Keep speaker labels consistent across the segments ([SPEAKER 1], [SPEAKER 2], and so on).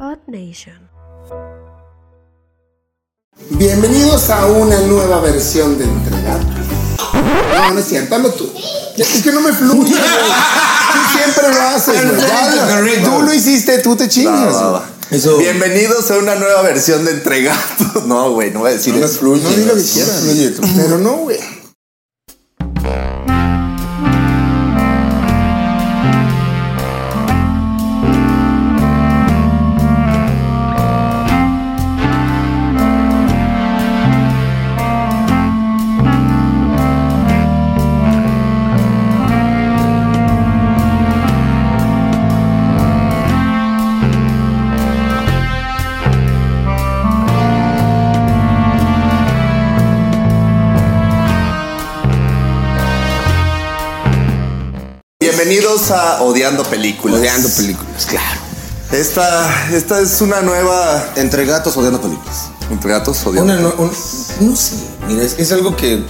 [SPEAKER 1] Earth Nation.
[SPEAKER 2] Bienvenidos a una nueva versión de entregar. No, no es cierto, hazlo tú. Es que no me fluye, güey. Tú siempre lo haces, güey. Ya, Tú lo hiciste, tú te
[SPEAKER 3] Va,
[SPEAKER 2] chingas.
[SPEAKER 3] va, va. Ah, Bienvenidos a una nueva versión de Entregados. No, güey, no voy a decir eso.
[SPEAKER 2] fluye. No di lo que quieras. Fluye tú. Pero no, güey.
[SPEAKER 3] Bienvenidos a Odiando Películas.
[SPEAKER 4] Odiando películas, claro.
[SPEAKER 3] Esta, esta es una nueva.
[SPEAKER 4] Entre gatos odiando películas.
[SPEAKER 3] Entregados Odiando.
[SPEAKER 4] Una, no, un- no sé, mira, es, es algo que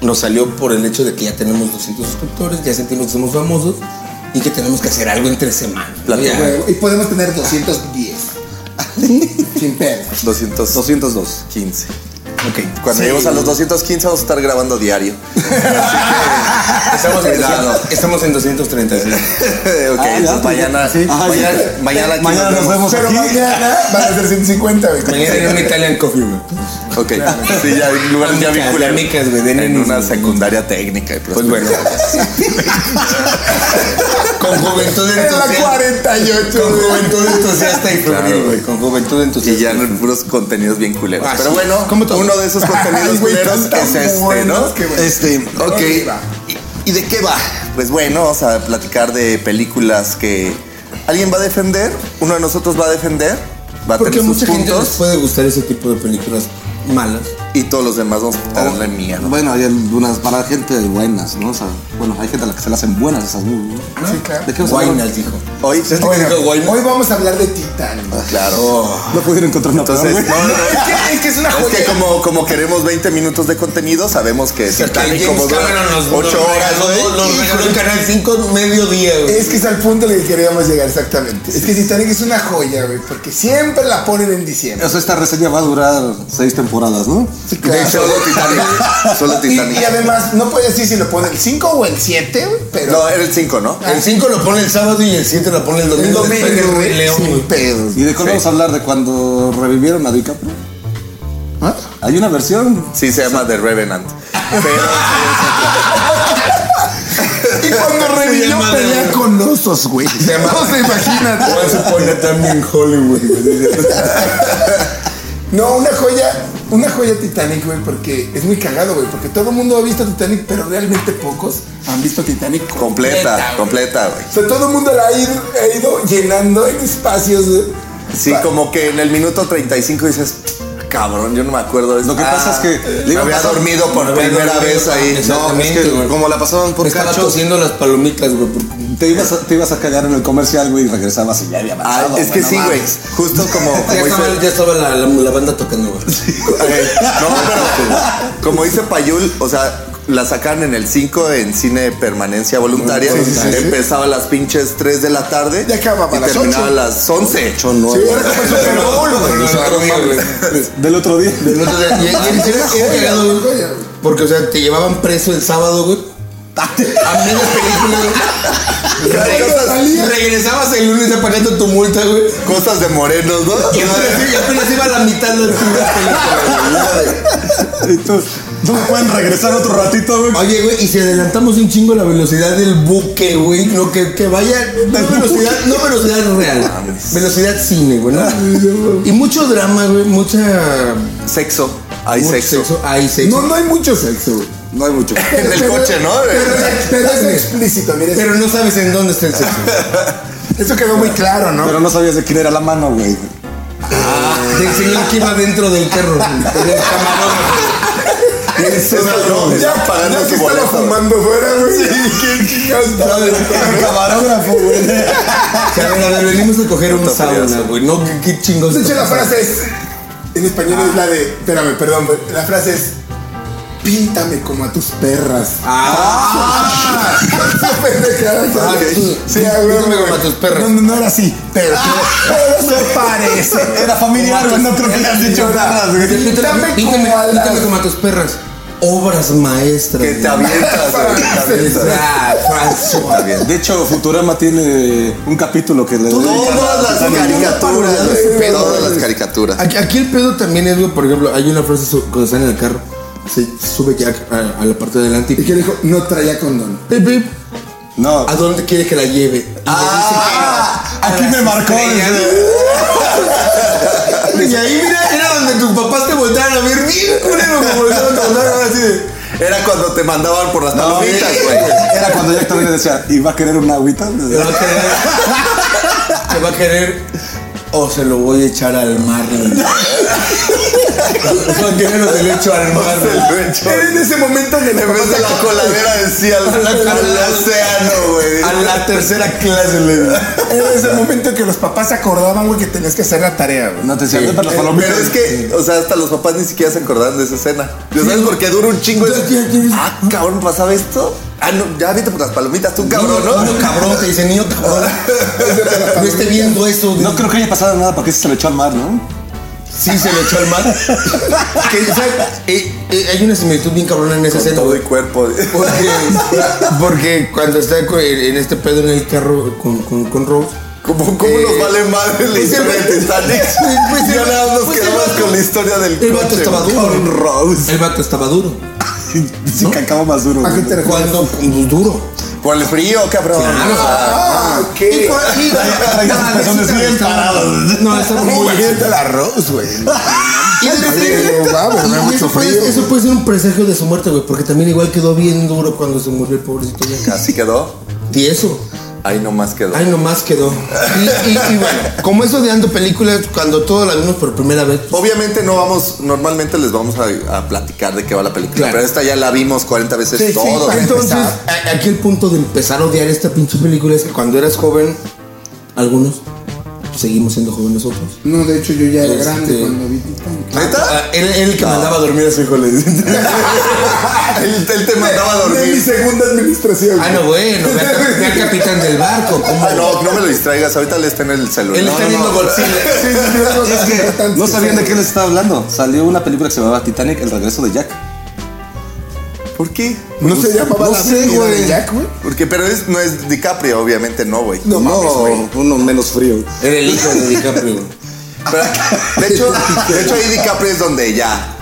[SPEAKER 4] nos salió por el hecho de que ya tenemos 200 suscriptores, ya sentimos que somos famosos y que tenemos que hacer algo entre semana. ¿no?
[SPEAKER 3] Platico,
[SPEAKER 4] Ya.
[SPEAKER 2] Güey, Y podemos tener 210. Sin pedo.
[SPEAKER 3] 200,
[SPEAKER 4] 202.
[SPEAKER 3] 215.
[SPEAKER 4] Ok.
[SPEAKER 3] Cuando
[SPEAKER 4] Sí.
[SPEAKER 3] lleguemos a los 215 vamos a estar grabando diario.
[SPEAKER 4] Estamos en,
[SPEAKER 3] Cuidado.
[SPEAKER 4] 200, estamos en 236.
[SPEAKER 3] ok,
[SPEAKER 4] Ah, ya,
[SPEAKER 3] entonces mañana.
[SPEAKER 4] sí. Ah, sí.
[SPEAKER 3] Mañana, mañana aquí
[SPEAKER 4] Mañana nos vemos.
[SPEAKER 2] Pero
[SPEAKER 4] Aquí.
[SPEAKER 2] mañana van a ser 150, güey.
[SPEAKER 4] Mañana en un Italian Coffee, güey.
[SPEAKER 3] Ok, sí, ya en lugar ya
[SPEAKER 4] Amicas,
[SPEAKER 3] vinculé
[SPEAKER 4] amicas, güey, de
[SPEAKER 3] En
[SPEAKER 4] nenes,
[SPEAKER 3] una
[SPEAKER 4] güey.
[SPEAKER 3] secundaria técnica. y
[SPEAKER 4] Pues bueno. Con juventud
[SPEAKER 2] En la
[SPEAKER 4] entusiasta.
[SPEAKER 2] 48,
[SPEAKER 4] Con
[SPEAKER 2] güey.
[SPEAKER 4] juventud entusiasta y
[SPEAKER 3] Claro,
[SPEAKER 4] febril,
[SPEAKER 3] güey.
[SPEAKER 4] güey. Con juventud
[SPEAKER 3] Y ya
[SPEAKER 4] entusiasta.
[SPEAKER 3] en puros contenidos bien culeros.
[SPEAKER 4] Ah,
[SPEAKER 3] Pero
[SPEAKER 4] sí.
[SPEAKER 3] bueno,
[SPEAKER 4] ¿Cómo todo?
[SPEAKER 3] uno de esos contenidos
[SPEAKER 2] Ay, güey,
[SPEAKER 3] culeros
[SPEAKER 2] están tan
[SPEAKER 3] es este,
[SPEAKER 2] buenos
[SPEAKER 3] ¿no?
[SPEAKER 2] que, güey.
[SPEAKER 3] Este, ok.
[SPEAKER 2] qué va?
[SPEAKER 3] ¿Y, y de qué va? Pues bueno, vamos a platicar de películas que alguien va a defender, uno de nosotros va a defender, va a
[SPEAKER 4] Porque a
[SPEAKER 3] tener sus
[SPEAKER 4] mucha gente les
[SPEAKER 3] puntos
[SPEAKER 4] puede gustar ese tipo de películas malas.
[SPEAKER 3] y todos los demás vamos a darle mierda.
[SPEAKER 5] Bueno, hay algunas para gente buenas, ¿no? O sea, bueno, hay gente a la que se le hacen buenas esas movies, ¿no?
[SPEAKER 2] Sí, claro.
[SPEAKER 5] ¿De qué vamos a hablar?
[SPEAKER 4] Guaynas dijo.
[SPEAKER 3] Hoy,
[SPEAKER 2] Bueno,
[SPEAKER 4] Digo, guay, ¿no?
[SPEAKER 2] hoy vamos a hablar de Titán. güey.
[SPEAKER 3] claro.
[SPEAKER 5] No pudieron encontrar una peor,
[SPEAKER 3] Entonces,
[SPEAKER 5] güey.
[SPEAKER 3] no, no, no.
[SPEAKER 4] Es que, es que es una
[SPEAKER 3] Es
[SPEAKER 4] joya.
[SPEAKER 3] que como, como queremos 20 minutos de contenido, sabemos que
[SPEAKER 4] que
[SPEAKER 3] Titanic
[SPEAKER 4] James
[SPEAKER 3] como dura
[SPEAKER 4] Cameron nos-
[SPEAKER 3] 8
[SPEAKER 4] nos
[SPEAKER 3] horas,
[SPEAKER 4] regaló-
[SPEAKER 3] güey.
[SPEAKER 4] Nos regaló en Canal 5 mediodía, güey.
[SPEAKER 2] Es que es al punto al que queríamos llegar exactamente. Es que Titanic es una joya, güey, porque siempre la ponen en diciembre.
[SPEAKER 5] O sea, esta reseña va a durar seis temporadas, ¿no?
[SPEAKER 2] Sí, claro.
[SPEAKER 3] Solo Titanic. Solo
[SPEAKER 2] Y,
[SPEAKER 3] Titanic.
[SPEAKER 2] y además, no puedes decir si lo pone el 5 o el 7, güey, pero
[SPEAKER 3] No, era el 5, ¿no?
[SPEAKER 5] Ah.
[SPEAKER 4] El 5 lo pone el sábado y el 7 lo pone el domingo.
[SPEAKER 2] el domingo,
[SPEAKER 4] después del Rey
[SPEAKER 2] güey,
[SPEAKER 4] León,
[SPEAKER 2] sin
[SPEAKER 4] güey.
[SPEAKER 2] pedos.
[SPEAKER 5] ¿Y de cuál
[SPEAKER 3] Sí.
[SPEAKER 5] vamos a hablar? ¿De cuando revivieron a DiCaprio?
[SPEAKER 2] ¿Ah?
[SPEAKER 5] Hay una versión.
[SPEAKER 3] Sí, se llama The Revenant.
[SPEAKER 2] Y cuando revivió
[SPEAKER 4] llama
[SPEAKER 2] pelea
[SPEAKER 4] de-
[SPEAKER 2] con osos, güey. No se imaginan.
[SPEAKER 4] Juan se pone también Hollywood, güey.
[SPEAKER 2] No, una joya, una joya Titanic, güey, porque es muy cagado, güey, porque todo el mundo ha visto Titanic, pero realmente pocos han visto Titanic con
[SPEAKER 3] Completa, completa, güey.
[SPEAKER 2] O sea, todo el mundo la ha ido, ha ido llenando en espacios. güey.
[SPEAKER 3] Sí, como que en el minuto 35 dices, cabrón, yo no me acuerdo de eso. Ah,
[SPEAKER 5] Lo que pasa es que le
[SPEAKER 3] me
[SPEAKER 5] iba a
[SPEAKER 3] había
[SPEAKER 5] pasar-
[SPEAKER 3] dormido por
[SPEAKER 4] me había
[SPEAKER 3] primera
[SPEAKER 4] dormido,
[SPEAKER 3] vez ahí.
[SPEAKER 4] exacto.
[SPEAKER 5] No, es
[SPEAKER 4] Exactamente,
[SPEAKER 5] que
[SPEAKER 4] güey.
[SPEAKER 5] como la pasaban por
[SPEAKER 4] Estaba
[SPEAKER 5] cachos,
[SPEAKER 4] tosiendo las palomitas, güey. porque-
[SPEAKER 5] te ibas, a, te ibas a cagar en el comercial, güey, y regresabas y ya había
[SPEAKER 3] Ah,
[SPEAKER 5] avanzado.
[SPEAKER 3] es que
[SPEAKER 5] no
[SPEAKER 3] sí, güey.
[SPEAKER 5] mames.
[SPEAKER 3] Justo como,
[SPEAKER 4] Ya
[SPEAKER 3] como
[SPEAKER 4] estaba,
[SPEAKER 3] dice.
[SPEAKER 4] ya estaba la, la, la banda tocando, güey.
[SPEAKER 3] Eh, No, pero como dice Payul, o sea, la sacan en el 5 en cine de permanencia voluntaria.
[SPEAKER 2] Sí, sí, sí, sí.
[SPEAKER 3] Empezaba a las pinches 3 de la tarde.
[SPEAKER 2] Y acababa a las
[SPEAKER 3] terminaba a
[SPEAKER 2] 8.
[SPEAKER 3] las 11.
[SPEAKER 5] Yo no,
[SPEAKER 2] Sí,
[SPEAKER 5] güey.
[SPEAKER 2] era como el Super Bowl, güey.
[SPEAKER 4] Pero
[SPEAKER 2] O sea,
[SPEAKER 4] otro día, güey.
[SPEAKER 5] Del otro día.
[SPEAKER 4] El otro día- y- y- y- era cagado, güey, Porque, o sea, te llevaban preso el sábado, güey. A menos película, güey. Regresas- Regresabas el lunes apagando tu multa, güey.
[SPEAKER 3] Cosas de morenos, ¿no?
[SPEAKER 4] Y apenas, y apenas iba a la mitad de la película, güey.
[SPEAKER 5] Entonces, no me pueden regresar otro ratito, güey.
[SPEAKER 4] Oye, güey, y si adelantamos un chingo la velocidad del buque, güey, no, que, que vaya, no velocidad, no velocidad real, velocidad cine, güey, ¿no? Y mucho drama, güey, mucha...
[SPEAKER 3] Sexo. Hay
[SPEAKER 4] mucho
[SPEAKER 3] sexo.
[SPEAKER 4] Hay sexo.
[SPEAKER 2] No, no hay mucho sexo, güey.
[SPEAKER 5] No hay mucho.
[SPEAKER 3] En el
[SPEAKER 2] Pero-
[SPEAKER 3] coche, ¿no?
[SPEAKER 2] Pero, pero es explícito, mire.
[SPEAKER 4] Pero no sabes en dónde está el sexo.
[SPEAKER 2] Eso quedó muy claro, ¿no?
[SPEAKER 5] Pero no sabías de quién era la mano, güey.
[SPEAKER 4] Del señor que iba dentro del carro, güey, del camarón.
[SPEAKER 3] Eso no,
[SPEAKER 2] ya
[SPEAKER 3] ya pagando
[SPEAKER 2] ya que estaba
[SPEAKER 3] su boleto.
[SPEAKER 2] fumando fuera, güey. ¿Quién chingados
[SPEAKER 5] El camarógrafo, güey.
[SPEAKER 4] O sea, a ver, a ver, venimos a coger un sauna, güey, no, qué, qué chingos.
[SPEAKER 2] De hecho, la frase es. En español es la de. Espérame, perdón, güey. La frase es. píntame como a tus perras.
[SPEAKER 4] Ah,
[SPEAKER 2] Ah,
[SPEAKER 4] ok.
[SPEAKER 2] Sí, a huevo,
[SPEAKER 4] Píntame como
[SPEAKER 2] güey.
[SPEAKER 4] a tus
[SPEAKER 2] No,
[SPEAKER 4] perras.
[SPEAKER 2] no era así, pero, pero se parece.
[SPEAKER 5] Era familiar, güey, no creo que le has dicho nada, güey.
[SPEAKER 2] Píntame
[SPEAKER 4] píntame, píntame,
[SPEAKER 2] como a las-
[SPEAKER 4] píntame como a tus perras. Obras maestras.
[SPEAKER 3] Que te avientas, güey, te avientas.
[SPEAKER 4] Ah, François.
[SPEAKER 5] De hecho, Futurama tiene un capítulo que le
[SPEAKER 3] Todas las caricaturas, güey. Todas las caricaturas.
[SPEAKER 4] Aquí, aquí el pedo también es, güey, por ejemplo, hay una frase su- cuando están en el carro, se sube Jack a, a la parte de adelante y
[SPEAKER 2] Y que le dijo, no traía condón.
[SPEAKER 4] pip, pip,
[SPEAKER 5] No, Ah,
[SPEAKER 4] ¿a dónde quiere que la lleve?
[SPEAKER 5] aquí me marcó.
[SPEAKER 4] Y ahí, mira, era donde tus papás te voltearon a ver bien culero, como voltearon a contar ahora así de...
[SPEAKER 3] Era cuando te mandaban por las
[SPEAKER 5] No,
[SPEAKER 3] palomitas, güey.
[SPEAKER 5] Era cuando Jack también decía, ¿y va a querer una agüita?
[SPEAKER 4] Te va a querer... Te va a querer... O se lo voy a echar al mar. Manténelo del hecho al mar.
[SPEAKER 2] Era en ese momento que le
[SPEAKER 3] En vez de la coladera decía al, al océano, güey.
[SPEAKER 4] A la tercera clase le
[SPEAKER 2] Era ese momento que los papás se acordaban, güey, que tenías que hacer la tarea, güey.
[SPEAKER 5] No te sientes para las
[SPEAKER 3] Pero
[SPEAKER 5] palomitas.
[SPEAKER 3] es que, o sea, hasta los papás ni siquiera se acordaban de esa escena. ¿Ya sabes por qué dura un chingo? de- Ah, cabrón, ¿pasaba esto? Ah, no, ya vete por las palomitas, tú, cabrón, ¿no?
[SPEAKER 4] Niño cabrón, te dice niño cabrón. No esté viendo eso.
[SPEAKER 5] No creo que haya pasado nada porque se lo echó al mar, ¿no?
[SPEAKER 4] Sí, se le echó al mar. Que, o sea, eh, eh, hay una similitud bien cabrona en esa
[SPEAKER 3] Con
[SPEAKER 4] escena.
[SPEAKER 3] todo
[SPEAKER 4] güey.
[SPEAKER 3] el cuerpo.
[SPEAKER 4] Porque, porque cuando está co- en este pedo en el carro con, con, con Rose.
[SPEAKER 3] ¿Cómo, cómo
[SPEAKER 4] Eh,
[SPEAKER 3] nos vale madre la
[SPEAKER 4] pues
[SPEAKER 3] historia
[SPEAKER 4] el-
[SPEAKER 3] de Titanic?
[SPEAKER 4] pues el-
[SPEAKER 3] ya nada más nos
[SPEAKER 4] pues el
[SPEAKER 3] quedamos
[SPEAKER 4] vato-
[SPEAKER 3] con la historia del
[SPEAKER 4] el vato
[SPEAKER 3] coche,
[SPEAKER 4] estaba
[SPEAKER 3] güey.
[SPEAKER 4] duro,
[SPEAKER 3] Con
[SPEAKER 4] güey.
[SPEAKER 3] Rose.
[SPEAKER 4] El vato estaba duro.
[SPEAKER 5] Sí, cacao más duro.
[SPEAKER 2] ¿A qué te refieres?
[SPEAKER 4] Cuando pues, duro.
[SPEAKER 3] Por el frío, cabrón.
[SPEAKER 4] Claro.
[SPEAKER 3] Ah, ok.
[SPEAKER 4] Y cu- y-
[SPEAKER 5] esas personas
[SPEAKER 4] sí,
[SPEAKER 5] bien
[SPEAKER 4] estaba-
[SPEAKER 5] paradas.
[SPEAKER 4] No, estaba muy
[SPEAKER 2] el arroz, güey.
[SPEAKER 4] Y de repente-
[SPEAKER 2] no mames,
[SPEAKER 4] y
[SPEAKER 2] me da mucho
[SPEAKER 4] eso, puede,
[SPEAKER 2] frío,
[SPEAKER 4] eso puede ser un presagio de su muerte, güey, porque también igual quedó bien duro cuando se murió el pobrecito. güey.
[SPEAKER 3] Así quedó.
[SPEAKER 4] Y eso,
[SPEAKER 3] Ahí nomás quedó.
[SPEAKER 4] ay, nomás quedó. Y, y- y bueno, como eso de ando películas, cuando todos la vimos por primera vez,
[SPEAKER 3] Obviamente no vamos, normalmente les vamos a, a platicar de qué va la película,
[SPEAKER 4] Claro.
[SPEAKER 3] pero esta ya la vimos 40 veces
[SPEAKER 2] Sí, sí,
[SPEAKER 3] todos.
[SPEAKER 2] para
[SPEAKER 4] Entonces,
[SPEAKER 2] empezar.
[SPEAKER 4] a- aquí el punto de empezar a odiar esta pinche película es que cuando eras joven, algunos pues, seguimos siendo jóvenes nosotros.
[SPEAKER 2] No, de hecho, yo ya era
[SPEAKER 4] Este-
[SPEAKER 2] grande cuando vi Titanic.
[SPEAKER 3] ¿Neta?
[SPEAKER 4] Ah, él, él que mandaba a dormir a su hijo le dice.
[SPEAKER 3] él, él te mandaba a
[SPEAKER 2] De mi
[SPEAKER 3] dormir.
[SPEAKER 2] segunda administración.
[SPEAKER 4] Ah, no, bueno, ve al- ve al capitán del barco. ¿cómo?
[SPEAKER 3] Ah, no, no me lo distraigas, ahorita le está en el celular.
[SPEAKER 4] él
[SPEAKER 3] No,
[SPEAKER 4] está
[SPEAKER 3] no,
[SPEAKER 4] viendo
[SPEAKER 3] no.
[SPEAKER 4] Godzilla.
[SPEAKER 2] Sí, sí, sí, no,
[SPEAKER 5] Es que
[SPEAKER 2] importantes
[SPEAKER 5] no sabían de
[SPEAKER 2] son.
[SPEAKER 5] qué les estaba hablando. Salió una película que se llamaba Titanic, El regreso de Jack.
[SPEAKER 3] ¿Por qué?
[SPEAKER 2] No se llamaba
[SPEAKER 5] No
[SPEAKER 2] la
[SPEAKER 5] sé,
[SPEAKER 2] vida de
[SPEAKER 5] güey.
[SPEAKER 2] Jack, güey.
[SPEAKER 3] Porque, pero es, no es DiCaprio, obviamente no, güey.
[SPEAKER 5] No, uno menos frío.
[SPEAKER 4] Era el hijo de DiCaprio. güey.
[SPEAKER 3] Pero- de, hecho, de hecho, ahí DiCaprio es donde ya.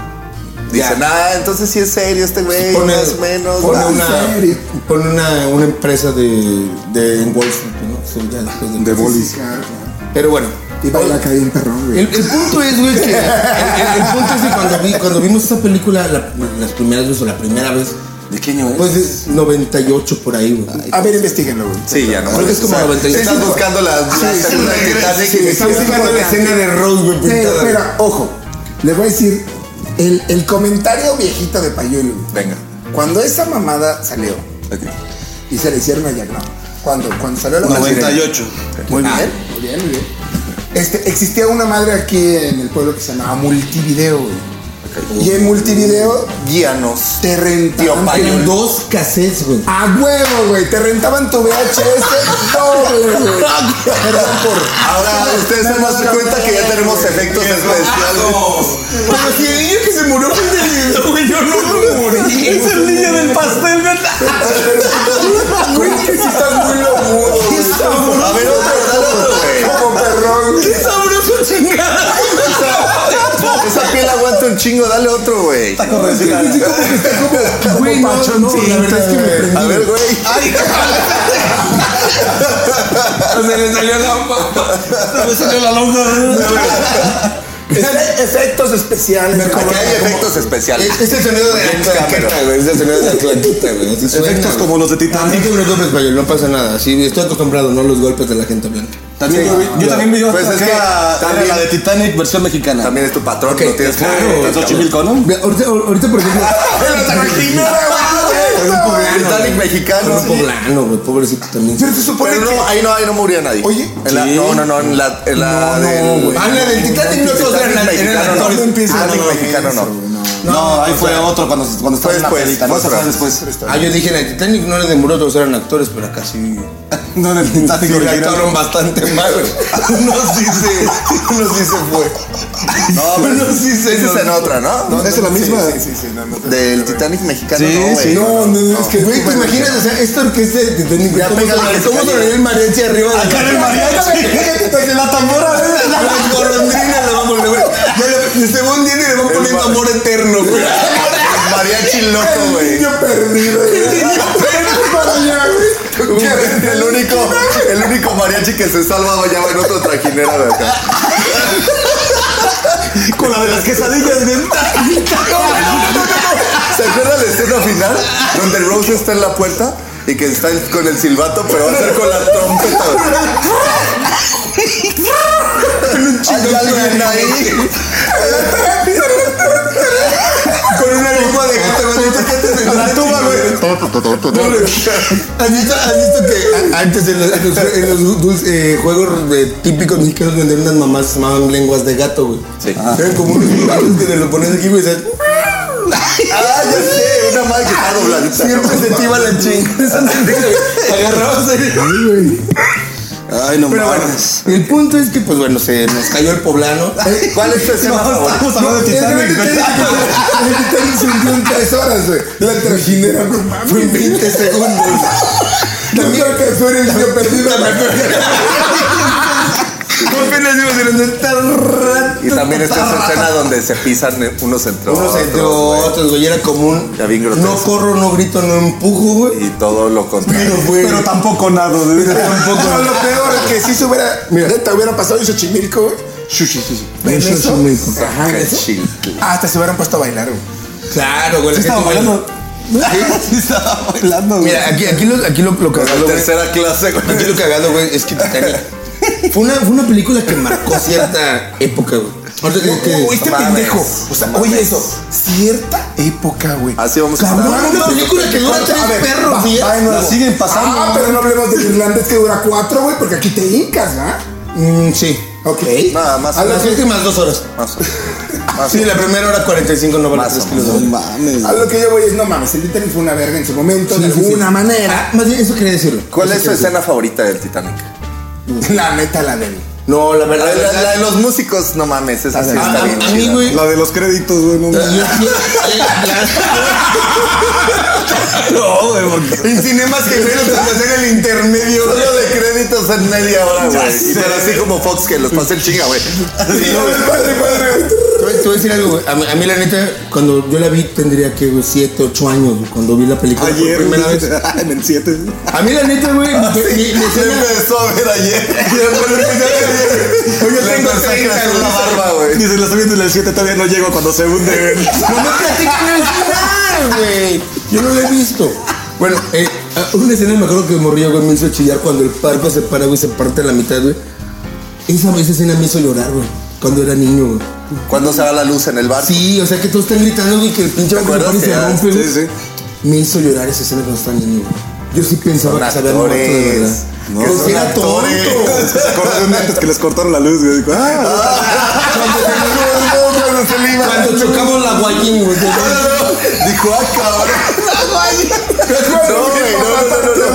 [SPEAKER 3] Dicen, ah, entonces sí es serio este güey, más o menos.
[SPEAKER 4] pone
[SPEAKER 3] va".
[SPEAKER 4] una,
[SPEAKER 2] en serio.
[SPEAKER 4] pone una, una empresa de, de en Wall Street, ¿no? Sí, ya después de
[SPEAKER 2] Sí, claro, claro.
[SPEAKER 4] Pero bueno,
[SPEAKER 2] Y baila caí en perrón, güey.
[SPEAKER 4] El, el punto es, güey, que. El, el- el punto es que cuando, vi- cuando vimos esa película la- las primeras veces o la primera vez,
[SPEAKER 5] ¿De qué año es?
[SPEAKER 4] pues es 98 por ahí, güey.
[SPEAKER 2] A ver, investiguenlo, güey.
[SPEAKER 3] Sí, ya no.
[SPEAKER 4] Creo que es como
[SPEAKER 3] O sea,
[SPEAKER 4] 96.
[SPEAKER 3] Estás buscando la, la segunda
[SPEAKER 2] sí,
[SPEAKER 3] Titanic
[SPEAKER 2] sí,
[SPEAKER 3] y
[SPEAKER 2] sí, sí,
[SPEAKER 3] diciendo,
[SPEAKER 2] sí, sí, sí.
[SPEAKER 4] de Rose, güey,
[SPEAKER 2] Pero, pero, ojo, le voy a decir el, el comentario viejito de Payuelo.
[SPEAKER 3] Venga.
[SPEAKER 2] Cuando esa mamada salió y se le hicieron a Jack, no. Cuando, cuando salió
[SPEAKER 5] Ah,
[SPEAKER 2] la madre.
[SPEAKER 5] 98.
[SPEAKER 2] Muy bien, muy bien, muy bien. Este, existía una madre aquí en el pueblo que se llamaba Multivideo, güey. Y en Multivideo
[SPEAKER 3] Guíanos.
[SPEAKER 2] te rentaban.
[SPEAKER 3] Tío Payuelo.
[SPEAKER 4] Eran dos cassettes, güey.
[SPEAKER 2] A huevo, güey. Te rentaban tu VHS doble, güey. Perdón por.
[SPEAKER 3] Ahora ustedes se van a dar cuenta que ya tenemos efectos especiales.
[SPEAKER 4] Pero si el niño que se murió fue el niño, güey, yo no me morí. Es el niño del pastel, ¿verdad?
[SPEAKER 2] Güey, que si estás muy loco.
[SPEAKER 3] A ver, otro, dale otro, güey.
[SPEAKER 2] Como perrón, güey.
[SPEAKER 4] ¡Qué sabroso chingada!
[SPEAKER 3] Esa piel aguanta un chingo, dale otro, güey.
[SPEAKER 2] Güey, no, no, la verdad es que me
[SPEAKER 3] A ver, güey.
[SPEAKER 4] Ah, Se le salió la
[SPEAKER 5] Me salió la lonja.
[SPEAKER 2] Efe- Efectos especiales.
[SPEAKER 3] Aquí hay efectos especiales.
[SPEAKER 2] este
[SPEAKER 4] Es el sonido de la claqueta, güey. Es el sonido de la claqueta, güey. Así suena,
[SPEAKER 5] Efectos
[SPEAKER 4] güey.
[SPEAKER 5] como los de
[SPEAKER 4] No
[SPEAKER 5] Titanic.
[SPEAKER 4] te preocupes, Payo, no pasa nada. Sí, estoy acostumbrado, ¿no? Los golpes de la gente blanca.
[SPEAKER 5] También yo, vi- yo
[SPEAKER 4] ya.
[SPEAKER 5] también vi otra
[SPEAKER 3] Pues es
[SPEAKER 5] que
[SPEAKER 3] que
[SPEAKER 5] era,
[SPEAKER 3] también-
[SPEAKER 5] era la de Titanic versión mexicana.
[SPEAKER 3] También es tu patrón,
[SPEAKER 4] Ok,
[SPEAKER 3] no tienes que.
[SPEAKER 5] Claro, de Xochimilco, ¿no?
[SPEAKER 4] Ve, Ahorita, ahorita, por ejemplo.
[SPEAKER 3] Titanic mexicano.
[SPEAKER 4] Grupo Blano, güey, pobrecito también.
[SPEAKER 2] Pero se supone
[SPEAKER 3] Pero
[SPEAKER 2] que.
[SPEAKER 3] no, ahí no, ahí no moría nadie.
[SPEAKER 2] Oye.
[SPEAKER 3] En la-
[SPEAKER 5] Sí.
[SPEAKER 3] no, no, no, en la, en la del.
[SPEAKER 4] Ah, la del Titanic no, o sea, en la- en el
[SPEAKER 3] mexicano,
[SPEAKER 4] actor.
[SPEAKER 3] no,
[SPEAKER 4] No empieces,
[SPEAKER 3] Titanic
[SPEAKER 4] no, no,
[SPEAKER 3] mexicano no.
[SPEAKER 5] Ah, No, ahí fue otro cuando, cuando
[SPEAKER 3] fue
[SPEAKER 5] estaba en la
[SPEAKER 3] después,
[SPEAKER 5] pedita, ¿no?
[SPEAKER 3] fue
[SPEAKER 5] Eso fue
[SPEAKER 3] después.
[SPEAKER 5] después.
[SPEAKER 4] Ah, yo dije en el Titanic no les demoró, todos eran actores, pero acá sí.
[SPEAKER 5] No, en el Titanic.
[SPEAKER 4] Sí,
[SPEAKER 5] original.
[SPEAKER 4] actuaron bastante mal, güey.
[SPEAKER 3] Uno sí se, uno sí se fue. No, pero
[SPEAKER 4] Uno sí se-
[SPEAKER 3] esa es en otra, ¿no?
[SPEAKER 2] No, es la misma.
[SPEAKER 3] Sí, sí, sí, no, no te-
[SPEAKER 2] Del
[SPEAKER 3] Del Titanic mexicano,
[SPEAKER 5] Sí,
[SPEAKER 3] no, güey.
[SPEAKER 5] sí.
[SPEAKER 2] No, no, no, es que.
[SPEAKER 4] Güey, ¿te imaginas? O sea, esta orquesta de Titanic, güey,
[SPEAKER 3] Ya
[SPEAKER 4] ¿cómo
[SPEAKER 3] pégale
[SPEAKER 4] son-
[SPEAKER 3] que se
[SPEAKER 4] ¿Cómo
[SPEAKER 3] cayó.
[SPEAKER 4] sonaría el mariachi arriba de
[SPEAKER 5] Acá en el mariachi. Desde la tambora. ¿eh?
[SPEAKER 4] Las golondrinas le van a poner, güey. Ya le- Según viene, le van poniendo
[SPEAKER 3] mar-
[SPEAKER 4] amor eterno, güey.
[SPEAKER 3] El Mariachi loco, güey.
[SPEAKER 2] niño perdido.
[SPEAKER 3] El único, el único mariachi que se salva ya va en otro trajinera de acá.
[SPEAKER 5] Con la de las quesadillas, güey.
[SPEAKER 3] ¿Se acuerda la escena final? Donde Rose está en la puerta y que está el- con el silbato, pero va a ser con la trompeta. Hay alguien ahí.
[SPEAKER 4] Con una lengua de gato, güey. La tuba, güey. ¿Has visto, has visto que a- antes en los, en los- en los dul- eh, juegos de típicos mexicanos vendían unas mamás que se llamaban lenguas de gato, güey? Sí. Eran como unos gatos que te lo pones aquí, güey, y se-
[SPEAKER 3] Ah, ya sé, una madre que está dobladita.
[SPEAKER 4] siempre se te iba la chingada. Agarrabas el...
[SPEAKER 5] Ay, no
[SPEAKER 4] Pero bueno,
[SPEAKER 5] mames.
[SPEAKER 4] el punto es que, pues bueno, se nos cayó el poblano.
[SPEAKER 3] ¿Cuál es tu escena favorita?
[SPEAKER 5] Estamos hablando de Titanic. güey.
[SPEAKER 2] se hundió Ah, en tres horas, güey. La trajinera, no mames.
[SPEAKER 4] Fue en 20 segundos.
[SPEAKER 2] No creo que fuera el niño perdido.
[SPEAKER 4] Apenas iba a ser
[SPEAKER 3] Y también está esa escena donde se pisan unos entre
[SPEAKER 4] Unos entre
[SPEAKER 3] güey.
[SPEAKER 4] otros, güey, era común.
[SPEAKER 3] Ya bien grotesco.
[SPEAKER 4] no corro, no grito, no empujo, güey.
[SPEAKER 3] Y todo lo contrario.
[SPEAKER 4] güey.
[SPEAKER 5] Pero tampoco nado. güey.
[SPEAKER 2] Tampoco. No, lo peor es que si se hubiera. Mira, neta, hubiera pasado en Xochimilco, güey. Shushi, shushi. ¿En eso? Ajá, en
[SPEAKER 3] Qué
[SPEAKER 2] eso.
[SPEAKER 3] chill.
[SPEAKER 2] Hasta se hubieran puesto a bailar, güey.
[SPEAKER 4] Claro, güey. la
[SPEAKER 5] Sí
[SPEAKER 4] gente
[SPEAKER 5] estaba
[SPEAKER 4] baila.
[SPEAKER 5] bailando. Sí estaba bailando, güey.
[SPEAKER 4] Mira, aquí, aquí lo, aquí lo, lo cagado, güey.
[SPEAKER 3] Tercera clase, güey.
[SPEAKER 4] Aquí lo cagado, güey, es que Titanic. Fue una, fue una película que marcó cierta época, güey. Oh, Ahorita que- que-
[SPEAKER 2] Uy, este
[SPEAKER 3] mames,
[SPEAKER 2] pendejo. O sea,
[SPEAKER 3] mames.
[SPEAKER 2] oye eso. Cierta época, güey. Ah,
[SPEAKER 3] Así vamos a
[SPEAKER 2] Cabrón,
[SPEAKER 3] estar.
[SPEAKER 4] una película que dura
[SPEAKER 2] A
[SPEAKER 4] tres
[SPEAKER 2] ver,
[SPEAKER 4] perros
[SPEAKER 2] va,
[SPEAKER 4] días.
[SPEAKER 2] va de nuevo.
[SPEAKER 5] La siguen pasando,
[SPEAKER 2] Ah,
[SPEAKER 5] ¿no?
[SPEAKER 2] pero no hablemos del irlandés que dura cuatro, güey, porque aquí te hincas, ¿verdad?
[SPEAKER 4] Mm, sí.
[SPEAKER 2] Ok.
[SPEAKER 3] Nada más.
[SPEAKER 2] A la-
[SPEAKER 4] Las últimas dos horas.
[SPEAKER 3] Más o- más o-
[SPEAKER 4] Sí, la primera hora 45, no vale
[SPEAKER 3] Más
[SPEAKER 4] 3
[SPEAKER 3] o
[SPEAKER 4] kilos.
[SPEAKER 5] No mames.
[SPEAKER 2] A lo que yo voy es, no mames, el Titanic fue una verga en su momento, de alguna manera.
[SPEAKER 4] Ah, más bien, eso quería decirlo.
[SPEAKER 3] ¿Cuál es su escena favorita del Titanic?
[SPEAKER 2] La neta, la del.
[SPEAKER 4] No, la
[SPEAKER 3] La,
[SPEAKER 4] verdad.
[SPEAKER 3] de- la de los músicos, no mames, esa sí Ah,
[SPEAKER 4] a-
[SPEAKER 3] está
[SPEAKER 4] a-
[SPEAKER 3] bien
[SPEAKER 4] a mí,
[SPEAKER 3] chida.
[SPEAKER 4] güey.
[SPEAKER 5] La de los créditos, güey. No mames.
[SPEAKER 4] No, güey,
[SPEAKER 3] En cinemas que no los hacen en el intermedio. Solo de créditos en media hora, güey. Y Pero así como Fox que los pasa el chinga, güey.
[SPEAKER 4] Te voy, te voy a decir algo, güey. A mí, a mí, la neta, cuando yo la vi, tendría que 7, 8 años, güey, cuando vi la película
[SPEAKER 5] Ayer,
[SPEAKER 4] por primera vez.
[SPEAKER 5] En el 7.
[SPEAKER 4] A mí, la neta, güey,
[SPEAKER 3] Ah,
[SPEAKER 4] me- me- me
[SPEAKER 3] Se
[SPEAKER 4] suena-
[SPEAKER 3] empezó a ver ayer. Yo
[SPEAKER 4] tengo 30, güey.
[SPEAKER 3] la barba, güey.
[SPEAKER 5] Dice, la estoy viendo en el 7, todavía no llego cuando se hunde. güey.
[SPEAKER 4] No me platiques nada, güey. Yo no lo he visto. Bueno, eh, ah, una escena me acuerdo que morría, güey, me hizo chillar cuando el barco se para, güey, se parte a la mitad, güey. Esa, esa escena me hizo llorar, güey, cuando era niño, güey.
[SPEAKER 3] Cuando se va la luz en el barco.
[SPEAKER 4] Sí, o sea que todos están gritando, güey, que el pinche
[SPEAKER 3] ¿Te
[SPEAKER 4] barco se
[SPEAKER 3] acuerdas
[SPEAKER 4] para y se
[SPEAKER 3] que era-
[SPEAKER 4] rompe, güey.
[SPEAKER 5] sí, sí.
[SPEAKER 4] Me hizo llorar esa escena cuando estaba niño, güey. Yo sí pensaba que se había muerto de verdad.
[SPEAKER 3] actores.
[SPEAKER 4] No,
[SPEAKER 3] Que son
[SPEAKER 4] era tonto.
[SPEAKER 3] actores.
[SPEAKER 5] Se acordó de un antes que les cortaron la luz, güey. Dijo, ah,
[SPEAKER 3] Cuando se le iba la
[SPEAKER 4] Cuando
[SPEAKER 3] luz.
[SPEAKER 4] chocamos la guayín, güey.
[SPEAKER 3] Dijo, ah, cabrón. No, güey, no, no, no, no. Está bien.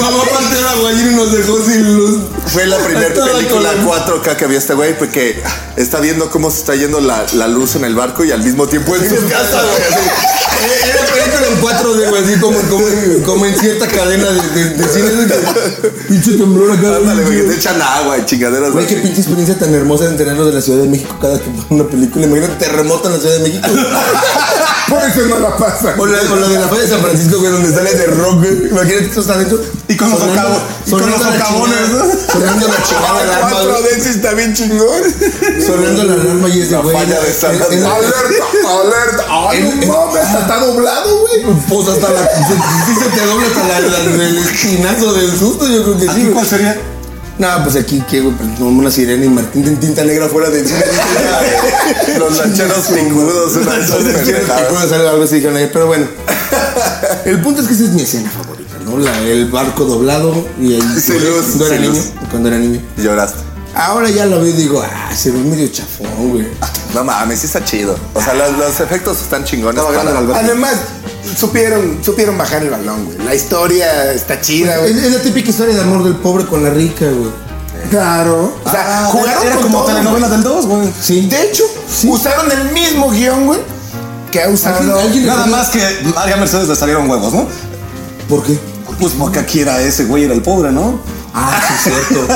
[SPEAKER 4] Mamá partió la guayín y nos dejó sin luz.
[SPEAKER 3] Fue la primera
[SPEAKER 4] Estaba
[SPEAKER 3] película
[SPEAKER 4] con-
[SPEAKER 3] 4K que había este güey, porque está viendo cómo se está yendo la, la luz en el barco y al mismo tiempo en su casa, güey. así.
[SPEAKER 4] Era película en 4D, güey, así como, como, en- como en cierta cadena de, de, de cine. güey, que- Pinche temblor acá.
[SPEAKER 3] Ándale, güey, que te
[SPEAKER 4] güey.
[SPEAKER 3] echan agua y chingaderas.
[SPEAKER 4] Güey, qué
[SPEAKER 3] así.
[SPEAKER 4] pinche experiencia tan hermosa de enterarnos de la Ciudad de México cada que pone una película. Imagínate terremoto en la Ciudad de México.
[SPEAKER 2] Por eso no la pasa.
[SPEAKER 4] O la, o la de la falla de San Francisco, güey, donde sale de rock, güey. Imagínate tú estás adentro.
[SPEAKER 5] Y con los
[SPEAKER 4] sonando-
[SPEAKER 5] socavo- y con
[SPEAKER 4] sonando
[SPEAKER 5] los
[SPEAKER 4] la
[SPEAKER 5] socavones,
[SPEAKER 4] chingada- Sonando la chingada de alarma, güey.
[SPEAKER 2] está bien chingón.
[SPEAKER 4] Sonando la alarma y es de,
[SPEAKER 3] La
[SPEAKER 4] güey.
[SPEAKER 3] falla de
[SPEAKER 4] es-
[SPEAKER 3] San
[SPEAKER 4] es-
[SPEAKER 2] Alerta, alerta. Ay,
[SPEAKER 4] El- el-
[SPEAKER 2] no mames, está doblado, güey.
[SPEAKER 4] Pues hasta la. Sí se te dobla hasta la, la- el espinazo del susto, yo creo que sí.
[SPEAKER 5] ¿y
[SPEAKER 4] güey.
[SPEAKER 5] cuál sería?
[SPEAKER 4] No, pues aquí, ¿qué, güey? Pues, no, una sirena y Martín en tinta negra fuera de cine.
[SPEAKER 3] Los lancheros pingudos, una de esas pendejadas.
[SPEAKER 4] Recuerdo salir algo así, dijeron ayer, pero bueno. El punto es que esa es mi escena favorita, ¿no? La- el barco doblado y ahí.
[SPEAKER 3] Sí, luz,
[SPEAKER 4] cuando era
[SPEAKER 3] sí,
[SPEAKER 4] niño.
[SPEAKER 3] luz.
[SPEAKER 4] Cuando era niño.
[SPEAKER 3] Y Lloraste.
[SPEAKER 4] Ahora ya la veo y digo, ah, se ve medio chafón, güey.
[SPEAKER 3] No mames, sí está chido. O sea, los, los efectos están chingones.
[SPEAKER 5] Estaba grande
[SPEAKER 3] para-
[SPEAKER 5] el albergue.
[SPEAKER 2] Además, supieron, supieron bajar el balón, güey. La historia está chida,
[SPEAKER 4] Es,
[SPEAKER 2] güey.
[SPEAKER 4] es la típica historia de amor del pobre con la rica, güey.
[SPEAKER 2] Pues, Claro. O sea,
[SPEAKER 5] Ah,
[SPEAKER 2] jugaron
[SPEAKER 5] era
[SPEAKER 2] con
[SPEAKER 5] como
[SPEAKER 2] todo,
[SPEAKER 5] telenovelas del 2, güey.
[SPEAKER 4] Sí.
[SPEAKER 2] De hecho, usaron el mismo guión, güey, que ha usado.
[SPEAKER 4] Alguien- alguien-
[SPEAKER 5] Nada más que María Mercedes le salieron huevos, ¿no?
[SPEAKER 4] ¿Por qué?
[SPEAKER 5] Pues porque aquí era ese güey, era el pobre, ¿no?
[SPEAKER 4] Ah, sí, es cierto.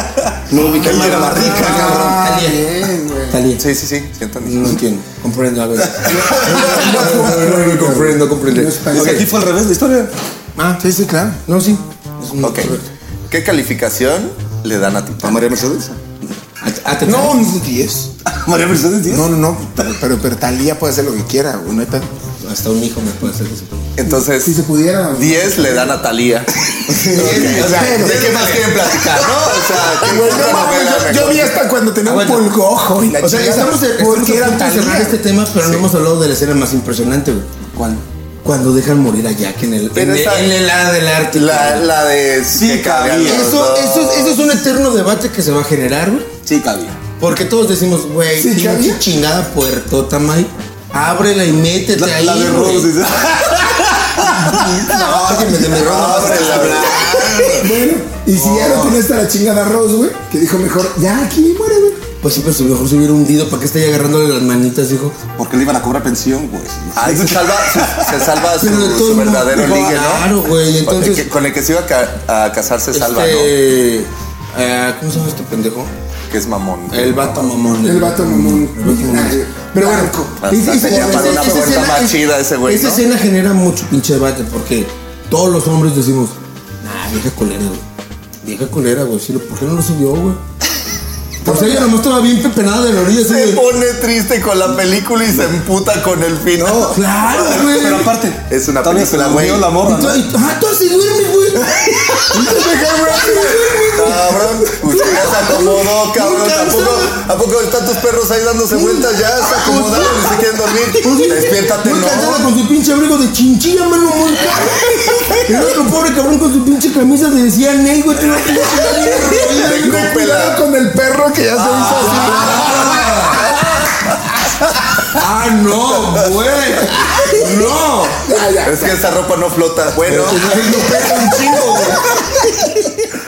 [SPEAKER 5] No ubica era la rica, cabrón.
[SPEAKER 2] Ah, bien, güey.
[SPEAKER 4] Talía.
[SPEAKER 3] Sí, sí, sí. sí, entendí.
[SPEAKER 4] No entiendo. Comprendo, a ver. No, no, no, comprendo, comprendo.
[SPEAKER 5] Pues aquí fue al revés la historia.
[SPEAKER 2] Ah, sí, sí, claro.
[SPEAKER 4] No, sí. Es un-
[SPEAKER 3] Ok. ¿Qué calificación le dan a tu
[SPEAKER 5] ¿A María Mercedes?
[SPEAKER 4] Ah, te-
[SPEAKER 2] No, un 10.
[SPEAKER 5] ¿María Mercedes 10?
[SPEAKER 2] No, no, no. Pero, pero, pero Talía puede hacer lo que quiera, güey. No hay pedo.
[SPEAKER 4] Hasta un hijo me puede hacer eso.
[SPEAKER 3] Entonces,
[SPEAKER 2] Si se pudiera.
[SPEAKER 3] 10 le dan a Talía.
[SPEAKER 2] Diez,
[SPEAKER 3] O sea,
[SPEAKER 2] pero-
[SPEAKER 3] ¿de qué más quieren platicar? ¿No? O sea, ¿qué
[SPEAKER 2] Güey, no
[SPEAKER 3] otra
[SPEAKER 2] mames,
[SPEAKER 3] novela
[SPEAKER 2] yo-
[SPEAKER 3] mejor?
[SPEAKER 2] yo, vi hasta cuando tenía
[SPEAKER 4] Aguanta.
[SPEAKER 2] un pulgojo y la
[SPEAKER 4] Ah, O sea,
[SPEAKER 2] chingada.
[SPEAKER 4] estamos, estamos a
[SPEAKER 2] porque era
[SPEAKER 4] punto de cerrar
[SPEAKER 2] Talía.
[SPEAKER 4] este tema, pero no hemos hablado de la escena más impresionante, güey. ¿Cuál? Cuando dejan morir a Jack en el, en
[SPEAKER 3] Pero
[SPEAKER 4] el,
[SPEAKER 3] esa-
[SPEAKER 4] en el ala del arte.
[SPEAKER 3] La, la de sí, que
[SPEAKER 5] cabía.
[SPEAKER 3] cabían los
[SPEAKER 4] Eso,
[SPEAKER 3] dos.
[SPEAKER 4] eso, es- eso es un eterno debate que se va a generar, güey.
[SPEAKER 5] Sí, cabía.
[SPEAKER 4] Porque todos decimos, güey,
[SPEAKER 2] Sí,
[SPEAKER 4] pinche
[SPEAKER 2] cabía.
[SPEAKER 4] chingada puertota, May. Ábrela y métete
[SPEAKER 5] La,
[SPEAKER 4] ahí.
[SPEAKER 5] la de
[SPEAKER 4] güey.
[SPEAKER 5] Rose. dice.
[SPEAKER 4] No, que me, me roba más
[SPEAKER 3] Ábrela,
[SPEAKER 4] la-
[SPEAKER 3] ábrela.
[SPEAKER 2] Bueno, y si ya
[SPEAKER 4] Oh.
[SPEAKER 2] no tiene hasta la chingada Rose, güey, que dijo mejor, ya aquí muere, güey.
[SPEAKER 4] Pues sí, pero si mejor se hubiera hundido, ¿para qué está ahí agarrándole las manitas, hijo?
[SPEAKER 5] Porque le iban a cobrar pensión, güey.
[SPEAKER 3] Ay, Ah, se salva, se- se salva su,
[SPEAKER 4] Pero de
[SPEAKER 3] su
[SPEAKER 4] todo el mundo,
[SPEAKER 3] verdadero ligue, ¿no?
[SPEAKER 4] Claro, güey,
[SPEAKER 3] Con el
[SPEAKER 4] entonces-
[SPEAKER 3] que- Con el que se iba a, ca- a casar se salva, ¿no?
[SPEAKER 4] Este, ah, ¿Cómo se llama este pendejo?
[SPEAKER 3] Que es mamón.
[SPEAKER 4] El vato mamón.
[SPEAKER 2] El vato mamón.
[SPEAKER 4] El vato mamón.
[SPEAKER 2] Pero bueno,
[SPEAKER 4] mm,
[SPEAKER 3] Ah,
[SPEAKER 2] y- y-
[SPEAKER 3] está
[SPEAKER 2] y-
[SPEAKER 3] ya para una
[SPEAKER 2] esa
[SPEAKER 3] puerta
[SPEAKER 2] escena
[SPEAKER 3] más
[SPEAKER 2] es-
[SPEAKER 3] chida ese güey, ¿no?
[SPEAKER 4] Esa escena genera mucho pinche debate porque todos los hombres decimos, nah, vieja culera, güey. Vieja culera, güey. Sí, ¿Por qué no lo subió, güey? Por si ella nomás estaba bien pepenada de la orilla, así
[SPEAKER 3] Se
[SPEAKER 4] de-
[SPEAKER 3] pone triste con la película y se emputa con el final.
[SPEAKER 4] Claro, güey.
[SPEAKER 5] Pero aparte,
[SPEAKER 3] Es una
[SPEAKER 5] todavía
[SPEAKER 3] película,
[SPEAKER 5] se murió
[SPEAKER 3] güey.
[SPEAKER 5] la morra.
[SPEAKER 4] Y tú-
[SPEAKER 5] ¿no?
[SPEAKER 4] y- Ah, tú así duermes, güey.
[SPEAKER 3] Cabrón, usted ya se acomodó, cabrón. ¿A poco, ¿A poco están tus perros ahí dándose vueltas? Ya se acomodaron y se quieren dormir. Despiértate,
[SPEAKER 4] Muy
[SPEAKER 3] no.
[SPEAKER 4] cansada con su pinche abrigo de chinchilla, mano, muy caro. El otro pobre cabrón con su pinche camisa de decía Ney, güey. te lo pinche mierda".
[SPEAKER 3] Tengo
[SPEAKER 2] Cuidado
[SPEAKER 3] pela.
[SPEAKER 2] con el perro que ya se hizo así.
[SPEAKER 4] Ah, no, güey. No.
[SPEAKER 2] Ya, ya.
[SPEAKER 3] Es que esa ropa no flota. Bueno.
[SPEAKER 4] Entonces, no pesa un chingo, güey.